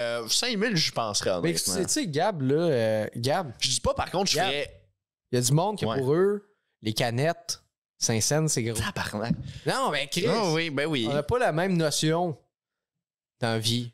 euh, 5000, je penserais. Mais tu honnêtement. sais- tu sais, Gab, là, euh, Gab, Je dis pas, par contre, je Gab. ferais. il y a du monde qui, Ouais. pour eux, les canettes, 5 cents, c'est gros. Tabarnak. Non, mais Chris, Ah oui, ben oui. on n'a pas la même notion dans la vie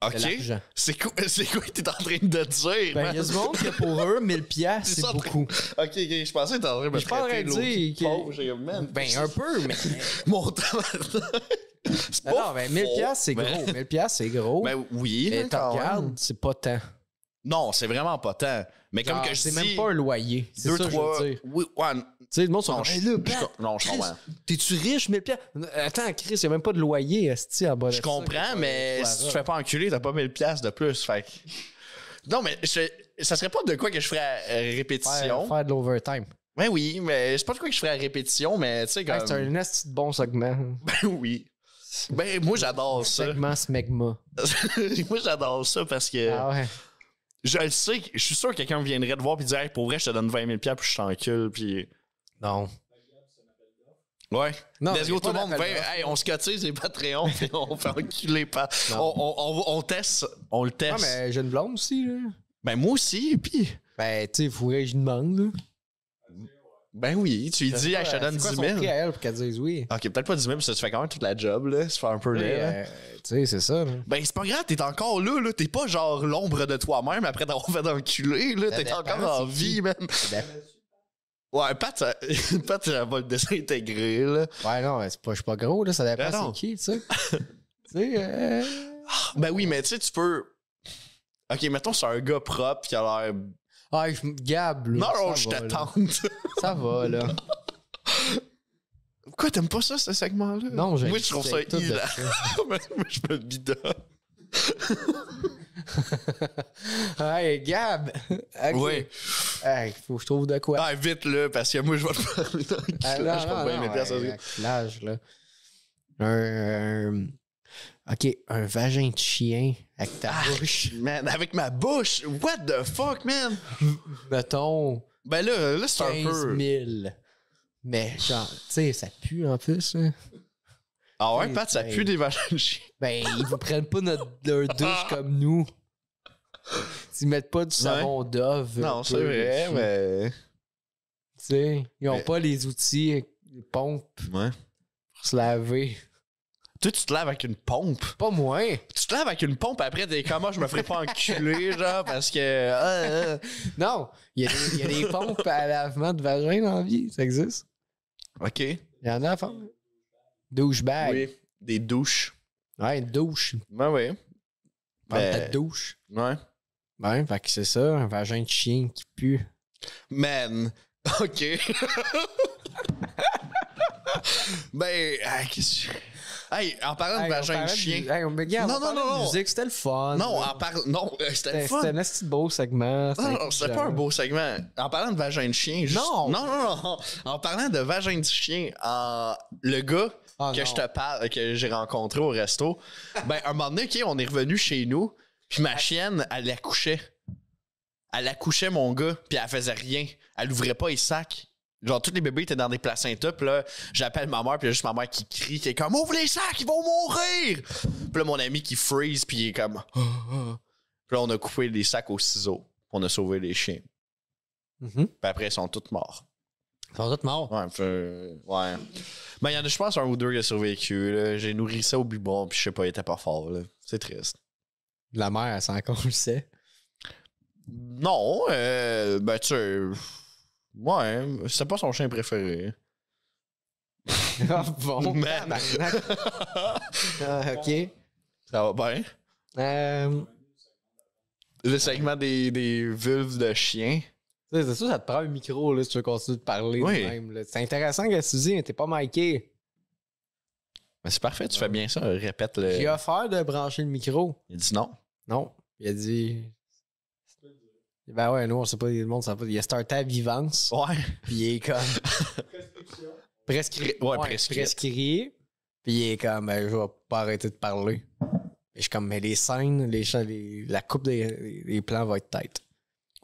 de ok. l'argent. C'est quoi, c'est quoi que t'es en train de dire? Ben, man? il y a du monde que pour eux, 1000 piastres, C'est ça, ben. c'est beaucoup. Ok, ok, je pensais que t'étais en train de me Je suis pas en train traiter de de l'autre dire que- pauvre, j'ai- man, Ben, un peu, mais... Mon temps. c'est Non, non, mais 1000 faux, piastres, c'est mais- gros. 1000 piastres, c'est gros. Ben oui, Mais là, t'en quand même. regardes, c'est pas tant. Non, c'est vraiment pas tant. Mais comme Genre, que je c'est dis, même pas un loyer. C'est deux, ça que trois. je veux dire. Oui, ouais, non, Tu sais, le monde sont non, comme, je, Hey, là, je- Pat, non, je Chris, comprends. T'es-tu riche, 1000 piastres? Attends, Chris, il n'y a même pas de loyer, esti, en bas de Je ça. comprends, mais si tu te fais pas enculer, t'as pas 1000 piastres de plus. Fait que- Non, mais je- ça serait pas de quoi que je ferais à euh, Faire, répétition. faire de l'overtime. Ben oui, mais c'est pas de quoi que je ferais à répétition, mais tu sais, Hey, comme. c'est un esti de bon segment. Ben oui. Ben moi, j'adore ça. Segment smegma. moi, j'adore ça parce que. Ah ouais. Je le sais, je suis sûr que quelqu'un viendrait te voir et dire hey, pour vrai, je te donne 20 000 puis je t'encule. Puis... Non. Ouais. Non, Let's il y a go, pas tout le monde. d'appel ben, hey, on se cotise les Patreons puis on fait enculer pas. On, on, on- on teste. On le Ah, teste. mais j'ai une blonde aussi, là. Ben, moi aussi. Puis, Ben, tu sais, faudrait que je demande, là. ben oui, tu lui dis hey, je te donne 10 C'est 000. quoi son prix à elle pour qu'elle dise oui? Ok, peut-être pas 10 000, parce que tu fais quand même toute la job, là. Tu fais un peu Mais, laid, là. euh, tu sais, c'est ça, là. Ben, c'est pas grave, t'es encore là, là. T'es pas genre l'ombre de toi-même après t'avoir fait enculer, là. T'es dépend, encore en c'est qui. vie, même. Ben, Ouais, Pat, ça- Pat, ça va le désintégrer, là. ouais, non, mais c'est pas, je suis pas gros, là. Ça dépend Ben non. c'est qui, tu sais. tu sais, euh, Ben oui, mais tu sais, tu peux. Ok, mettons, c'est un gars propre qui a l'air. Ah, je me gab, là. Non, non, ça je va, là. t'attends. Ça va, là. Quoi, t'aimes pas ça, ce segment-là? Non, j'ai. Moi, je trouve ça j'ai tout de hilarant. ça. Moi, je me bidonne. Hey, Gab! Ok. Ouais. Hey, faut que je trouve de quoi. Ah, vite, là, parce que moi, je vais te parler d'un cul, Ah, là, Ben non, Je non, comprends non, mes pièces, hey, ça, l'âge, là. Un, un- OK, un vagin de chien avec Ah, ta bouche. c'est- Man, avec ma bouche, what the fuck, man? Mettons Ben là, là, c'est un 15 peu. 000. Mais genre, tu sais, ça pue en plus. hein. Ah ouais, Pat, ça Hey. pue des vagins de chien. Ben, ils vous prennent pas notre, leur Ah. douche comme nous. Ils mettent pas du savon Dove. un Non, c'est peu vrai, dessus. mais. Tu sais, ils ont Mais- pas les outils, les pompes Ouais. pour se laver. Toi, tu te laves avec une pompe. Pas moins. Tu te laves avec une pompe après, t'es comment je me ferais pas enculer, genre, parce que. ah, ah. Non, il y, a des- il y a des pompes à lavement de vagin dans la vie. Ça existe. OK. Il y en a à faire. Douchebag. Oui. Des douches. Ouais, une douche. Ben oui. Prendre Ben- ta douche. Ouais. Ouais, fait que c'est ça, un vagin de chien qui pue. Man. OK. ben, ah, qu'est-ce que. Hey, en parlant de Hey, on vagin de parlait chien. Hey, on me regarde, Non, on non, parlait non, de non. musique, c'était le fun. Non, en parlant. Non, euh, c'était le C'était fun. c'était un petit beau segment. Non, non, c'était pas un beau segment. En parlant de vagin de chien, juste- euh, Non. non, non, non. En parlant de vagin de chien, euh, le gars Ah, que non. je te parle, que j'ai rencontré au resto, ben, un moment donné, OK, on est revenu chez nous, puis ma chienne, elle accouchait. Elle accouchait, mon gars, puis elle faisait rien. Elle ouvrait pas les sacs. Genre, tous les bébés étaient dans des placentas, puis là, j'appelle ma mère, puis il y a juste ma mère qui crie, qui est comme, ouvre les sacs, ils vont mourir! Puis là, mon ami qui freeze, puis il est comme, Ah, ah. Puis là, on a coupé les sacs au ciseau. On a sauvé les chiens. Mhm. Puis après, ils sont tous morts. Ils sont tous morts. Ouais, puis, euh, ouais. Mais il y en a, je pense, un ou deux qui a survécu. là. J'ai nourri ça au bubon, puis je sais pas, il était pas fort. là. C'est triste. La mère, elle s'en sait. Non, euh, ben tu sais, Ouais, c'est pas son chien préféré. ah bon. Man. tabarnak. Ah, ok. Ça va bien. Euh, Le segment des, des vulves de chiens. tu sais, c'est sûr, ça te prend un micro là, si tu veux continuer de parler. de Oui. même, là. C'est intéressant que tu dis, mais t'es pas Mikey. Ben, c'est parfait, tu fais bien ça. Répète le. J'ai offert de brancher le micro. Il dit non. Non. Il a dit. Ben ouais, nous, on sait pas, le monde sait pas. Il a starté à Vivance, Ouais. puis il est comme. prescrit. Ouais, prescrite. prescrit. Puis il est comme, euh, je vais pas arrêter de parler. Et je suis comme, mais les scènes, les, cha- les- la coupe des des plans va être tête.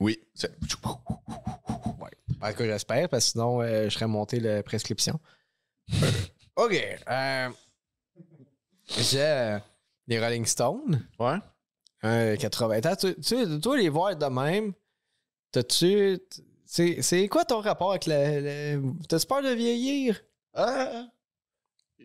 Oui. C'est- Ouais. Parce que Ben, j'espère, parce que sinon, euh, je serais monté la prescription. OK. euh, J'ai euh, les Rolling Stones. Ouais. Ouais, 80. Attends, tu, tu, toi, les voir de même, t'as-tu. t- C'est c'est quoi ton rapport avec le. le- T'as-tu peur de vieillir? Ah,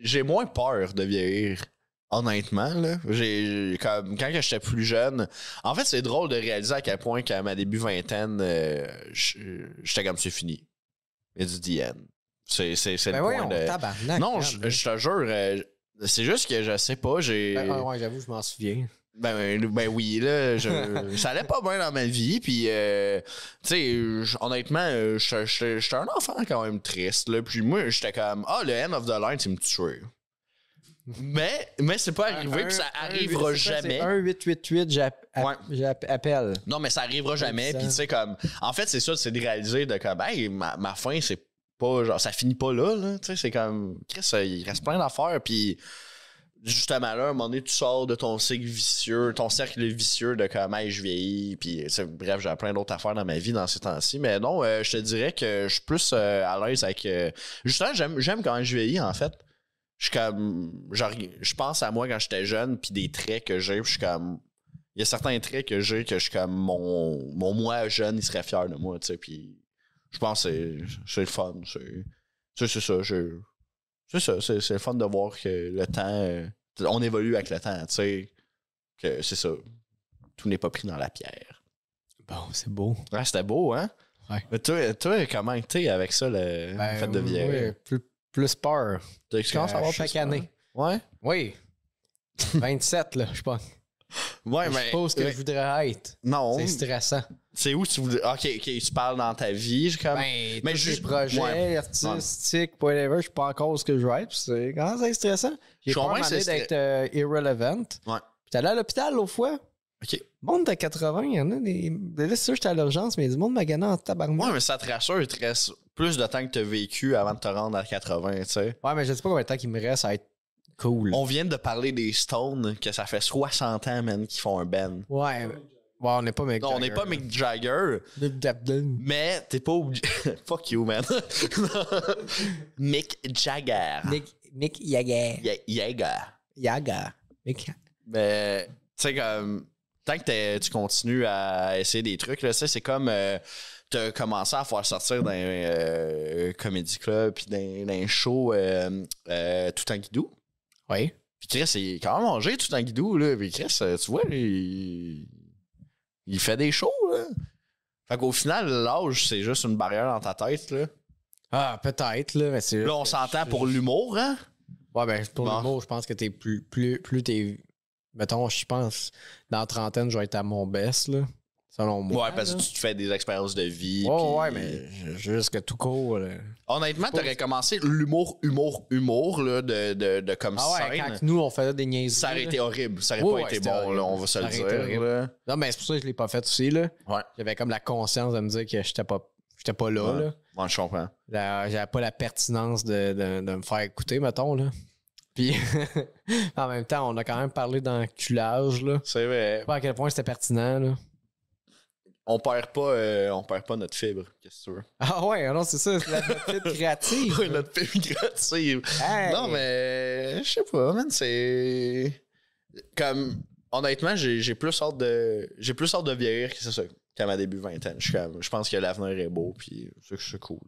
j'ai moins peur de vieillir. Honnêtement, là, j'ai, j'ai- comme, quand j'étais plus jeune, en fait, c'est drôle de réaliser à quel point, qu'à ma début vingtaine, euh, j- j'étais comme c'est fini. It's the end. C'est, c'est, c'est Ben le voyons, point de- tabarnak. Non, man. je, je te jure, euh, c'est juste que je sais pas, j'ai. Ben, ah, ouais, j'avoue, je m'en souviens. Ben, ben oui, là, je- ça allait pas bien dans ma vie, puis, euh, tu sais, j- honnêtement, euh, j'étais- j'étais j'étais un enfant quand même triste, là, puis moi, j'étais comme, ah, le end of the line, c'est me tuer. Mais, mais c'est pas arrivé, puis ça Un- un- arrivera c'est ça, c'est jamais. 1-888, j'app- Ouais. j'app- j'appelle. Non, mais ça arrivera jamais, ça. puis tu sais, comme, en fait, c'est ça, c'est de réaliser de comme, hey, ma, ma fin, c'est pas, genre, ça finit pas là, là, tu sais, c'est comme, Chris, euh, il reste plein d'affaires, puis justement là, à un moment donné, tu sors de ton cycle vicieux, ton cercle vicieux de comme hey, je vieillis, puis tu sais, bref, j'ai plein d'autres affaires dans ma vie dans ces temps-ci. Mais non, euh, je te dirais que je suis plus euh, à l'aise avec. euh, justement, j'aime, j'aime quand je vieillis, en fait. Je suis comme. genre, je pense à moi quand j'étais jeune, puis des traits que j'ai, puis je suis comme. Il y a certains traits que j'ai que je suis comme mon, mon moi jeune, il serait fier de moi, tu sais, puis je pense que c'est, c'est le fun, c'est, tu sais, c'est ça, je- c'est ça, c'est, c'est le fun de voir que le temps, euh, on évolue avec le temps, tu sais, que c'est ça, tout n'est pas pris dans la pierre. Bon, c'est beau. Ah, c'était beau, hein? Ouais. Mais toi, toi, comment t'es avec ça, le Ben, fait de vieillir? oui, plus, plus peur. Tu commences à avoir Euh, chaque plus peur? année. Ouais? Oui. 27, là, je pense. Ouais, je mais... suppose que mais- je voudrais être. Non, C'est stressant. c'est où tu voulais... Ok, ok, tu parles dans ta vie, je comme... Ben, mais mais juste- juste projet ouais. artistique, whatever, je suis pas encore ce que je veux être. puis C'est quand même stressant. J'ai Je peur comprends que à un moment donné c'est d'être euh, irrelevant. Ouais. Puis t'es allé à l'hôpital au fois. Ok. Monde de 80, il y en a des. Là, c'est sûr, j'étais à l'urgence, mais il y a du monde magané en tabarnak. Ouais, mais ça te rassure, il te reste plus de temps que t'as vécu avant de te rendre à 80, tu sais. Ouais, mais je sais pas combien de temps qu'il me reste à être cool. On vient de parler des Stones, que ça fait 60 ans, man, qu'ils font un band. Ouais. Ouais, on n'est pas Mick Non, on n'est pas Jagger. Mick Jagger, Mick Jagger. mais t'es pas obligé... Fuck you, man. Mick Jagger. Mick, Mick Jagger. Ya- Jagger. Jagger. Mick. Mais, Ben, tu sais, comme, tant que t'es- tu continues à essayer des trucs, là, tu sais, c'est comme, euh, t'as commencé à faire sortir d'un euh, comedy club, puis d'un d'un show euh, euh, tout en guidou. Oui. Puis Chris, il est quand même mangé tout en guidou, là. Puis Chris, euh, tu vois, il, il fait des shows, là. Fait qu'au final, l'âge, c'est juste une barrière dans ta tête, là. Ah, peut-être, là, mais c'est. Là, on s'entend pour l'humour, hein? Ouais, ben, pour Bon. l'humour, je pense que t'es plus. Plus, plus t'es. Mettons, je pense, dans la trentaine, je vais être à mon best, là. Selon moi. Ouais, parce que là. tu te fais des expériences de vie. Ouais, puis- ouais, mais jusque tout court, là. Honnêtement, t'aurais commencé l'humour, humour, humour, là, de, de, de comme Ah ouais, scène. quand nous, on faisait des niaiseries. Ça aurait là. été horrible. Ça aurait Ouais, pas ouais, été c'était bon, horrible. là, on va se Ça le aurait été dire. horrible. là. Non, mais c'est pour ça que je l'ai pas fait aussi, là. Ouais. J'avais comme la conscience de me dire que j'étais pas. J'étais pas là, Ouais. là. Ouais, je comprends. La- J'avais pas la pertinence de, de- de me faire écouter, mettons, là. Puis, en même temps, on a quand même parlé d'enculage, là. C'est vrai. Je sais pas à quel point c'était pertinent, là. On perd pas, euh, on perd pas notre fibre. Qu'est-ce que tu veux? Ah ouais, non, c'est ça, c'est la petite créative. Oui, notre fibre créative. Hey! Non, mais je sais pas, man, c'est. Comme. Honnêtement, j'ai j'ai plus hâte de. J'ai plus hâte de vieillir que c'est ça. Qu'à ma début vingtaine. Je suis comme- je pense que l'avenir est beau, puis c'est c'est cool.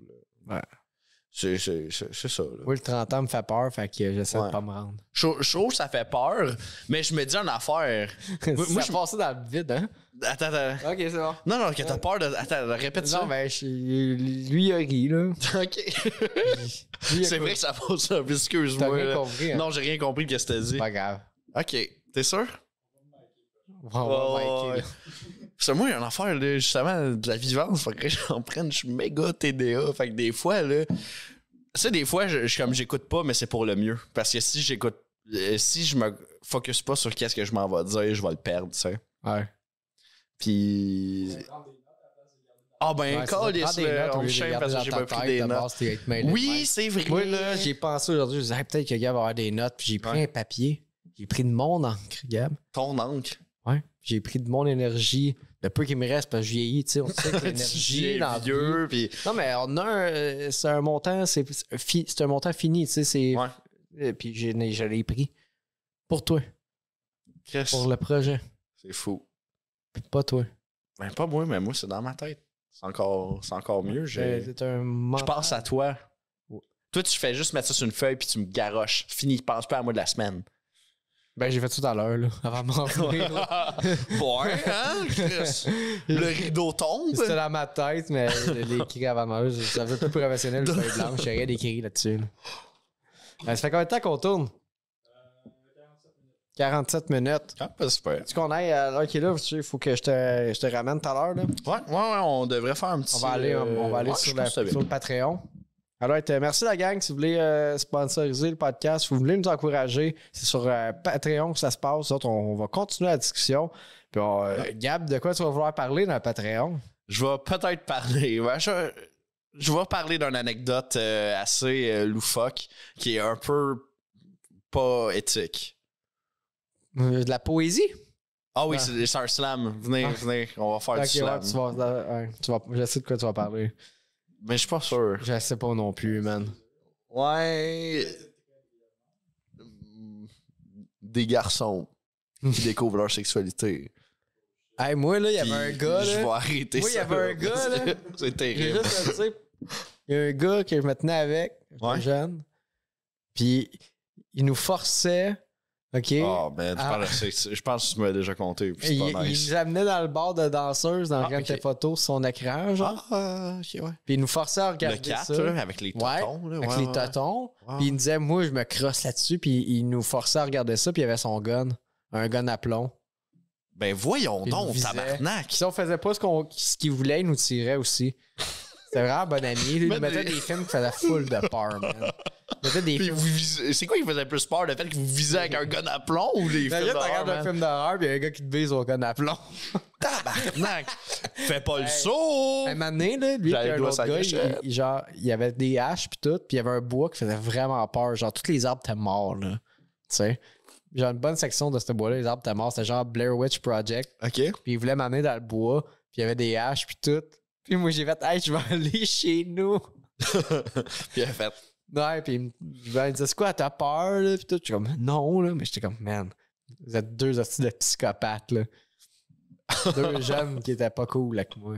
là. Ouais. C'est c'est- c'est- c'est ça, là. Oui, le 30 ans me fait peur, fait que j'essaie Ouais. de pas me rendre. Je, je trouve que ça fait peur, mais je me dis une affaire. moi, ça je- passais dans le vide, hein? Attends, attends. Ok, c'est bon. Non, non, que t'as peur de. Attends, répète ça. Non, ben, je- lui, il a ri, là. ok. Lui, il a c'est vrai que ça pose un peu, excuse-moi. T'as rien là. compris, hein? Non, j'ai rien compris de ce que t'as dit. Pas grave. Ok, t'es sûr? On va Ouais, liker, ouais. Oh, là. Parce que moi, il y a une affaire, là, justement, de la vivance, faut que j'en prenne, je suis méga TDA. Fait que des fois, là. Tu sais, des fois, je, je suis comme j'écoute pas, mais c'est pour le mieux. Parce que si j'écoute. euh, si je me focus pas sur qu'est-ce que je m'en vais dire, je vais le perdre, tu sais. Ouais. Puis. Ah ben, Ouais, c'est ça, prends câlisse, des là, notes au on me lieu de shame garder parce que dans j'ai ta pas pris tête, des de notes. base, t'es être mêlé de Oui, même. c'est vrai. Moi, là, j'ai pensé aujourd'hui, je disais, Hey, peut-être que Gab va avoir des notes, puis j'ai pris Ouais. un papier, j'ai pris de mon encre, Gab. ton oncle. Ouais. J'ai pris de mon énergie, le peu qui me reste, parce que je vieillis, tu sais, on sait que l'énergie, dans la vie- vieux, puis Non, mais on a un. euh, C'est un montant, c'est c'est fi- c'est un montant fini, tu sais. c'est- Ouais. Euh, Puis j'ai- je l'ai pris. Pour toi, Chris, pour le projet. C'est fou. Puis pas toi. Ben, pas moi, mais moi, c'est dans ma tête. C'est encore, c'est encore mieux. j'ai- T'es Euh, un Je mental. pense à toi. Toi, tu fais juste mettre ça sur une feuille puis tu me garoches. Fini, pense pas à moi de la semaine. Ben, j'ai fait tout à l'heure, là, avant de m'enfuir. là. bon, hein, Chris? Le rideau tombe. C'était dans ma tête, mais les cris avant moi, ça faisait plus professionnel, le feuille blanche. J'ai rien d'écrit là-dessus. là. Euh, ça fait combien de temps qu'on tourne? 47 minutes. Ah, pas super. Est-ce qu'on aille à l'heure qui est là? Il faut que je te, je te ramène tout à l'heure. là. Ouais, ouais, ouais, on devrait faire un petit. euh, On va aller, euh, on, on va aller ouais, je sur, pense la- que ça va sur bien. le Patreon. Alors, euh, merci la gang. Si vous voulez euh, sponsoriser le podcast, si vous voulez nous encourager, c'est sur euh, Patreon que ça se passe. Nous autres, on, on va continuer la discussion. Puis, on, euh, Gab, de quoi tu vas vouloir parler dans le Patreon? Je vais peut-être parler. ouais, je, je vais parler d'une anecdote euh, assez euh, loufoque qui est un peu pas éthique. Euh, De la poésie? Ah oui, Ouais. c'est c'est un slam. Venez, Ah. venez, on va faire Ok, du slam. ouais, tu vas, euh, ouais, tu vas- je sais de quoi tu vas parler. Mais je suis pas sûr. Je sais pas non plus, man. Ouais. Mm, Des garçons qui découvrent leur sexualité. Hey, moi, là, il y avait un Puis gars, Je vais là. arrêter Moi, il y ça, avait un gars, là. C'est j'ai terrible. juste, tu sais, Il y a un gars que je me tenais avec, j'étais Ouais. jeune. Puis, il nous forçait, OK? Oh, man, tu Ah. parles- c'est- c'est- je pense que tu m'as déjà compté. puis il, C'est pas il nice. nous amenait dans le bar de danseuse, dans Ah, regarde ok. tes photos sur son écran, genre. Ah, ok, ouais. Puis, il nous forçait à Le regarder 4, ça. avec les Ouais, tontons. là, avec ouais, Ah. les ouais. totons. Ouais, Puis il nous disait, moi, je me crosse là-dessus. Puis il nous forçait à regarder ça. Puis il avait son gun. Un gun à plomb. Ben voyons Il donc, visait. tabarnak. Si on faisait pas ce qu'on- ce qu'il voulait, il nous tirait aussi. C'était vraiment un bon ami. Lui, Il nous mettait des films qui faisaient full de peur, man. Il mettait des Puis films. vous visez- C'est quoi qui faisait plus peur, le fait que vous visez avec un gun à plomb ou les films Imagine, tu d'horreur, regardes un man? film d'horreur, puis il y a un gars qui te bise au gun à plomb. Tabarnak! Fais pas le saut! À un moment donné, là, lui, puis J'avais le un doigt sur autre la gars, il, gâchette. il- genre, il y avait des haches, puis tout, puis il y avait un bois qui faisait vraiment peur. Genre, tous les arbres étaient morts, là. Tu sais? Genre, une bonne section de ce bois-là, les arbres étaient morts. C'était genre Blair Witch Project. Ok. Puis il voulait m'amener dans le bois. Puis il y avait des haches, puis tout. Puis moi, j'ai fait, hey, je vais aller chez nous. Puis elle a fait. Ouais, puis il me- ben, il me disait, c'est quoi, t'as peur, là? Puis tout. J'étais comme, non, là. Mais j'étais comme, man, vous êtes deux hosties de psychopathes, là. deux jeunes qui étaient pas cool avec moi.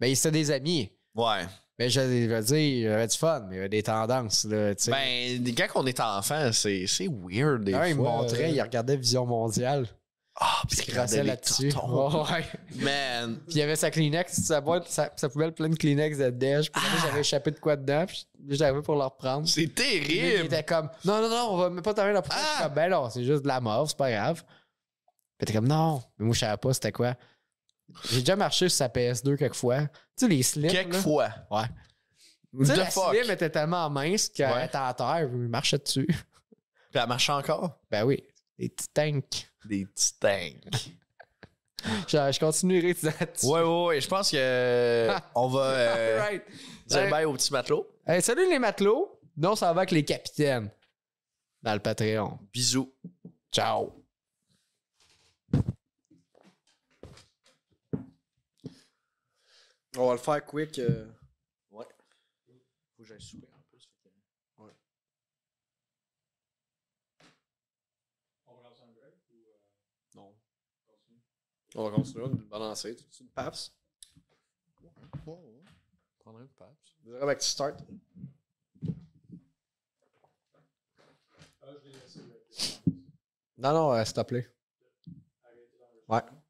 Mais ils étaient des amis. Ouais. Mais je, je veux dire, j'avais du fun, mais il y avait des tendances, là, tu sais. Ben, quand on est enfant, c'est c'est weird des Un, fois. Ah, il me montrait, euh, il regardait Vision Mondiale. Ah, puis Puis il il se regardait crassait les là-dessus. tontons. Ouais, ouais. Man, Puis il y avait sa Kleenex, sa boîte, sa, sa poubelle pleine de Kleenex de déj. Puis là, j'avais échappé de quoi dedans. Puis j'étais arrivé pour le reprendre. c'est Puis lui, il terrible! était comme Non, non, non, on va même pas t'amener la prochaine. Ah! Je suis comme, Ben non, c'est juste de la mort, c'est pas grave. Puis t'es comme Non. Mais moi, je savais pas c'était quoi. J'ai déjà marché sur sa PS2 quelquefois. Tu sais, les slims. là. Quelquefois. Ouais. Tu What sais, The la fuck. slim était tellement mince qu'elle Ouais. était à terre. Je marchais dessus. Puis elle marche encore. Ben oui, des petits tanks. Des petits tanks. Je, je continuerai là-dessus. Ouais, ouais, ouais. Je pense que Ah. on va euh, Alright. dire Ouais. bye aux petits matelots. Hey, salut les matelots. Non, ça va avec les capitaines. Dans le Patreon. Bisous. Ciao. On va le faire quick. Ouais. Faut que j'aille souper en plus. Non. On va continuer de balancer. Tu une paps? Prendre une pape. Déjà avec start. Non, non, euh, s'il te plaît. Ouais.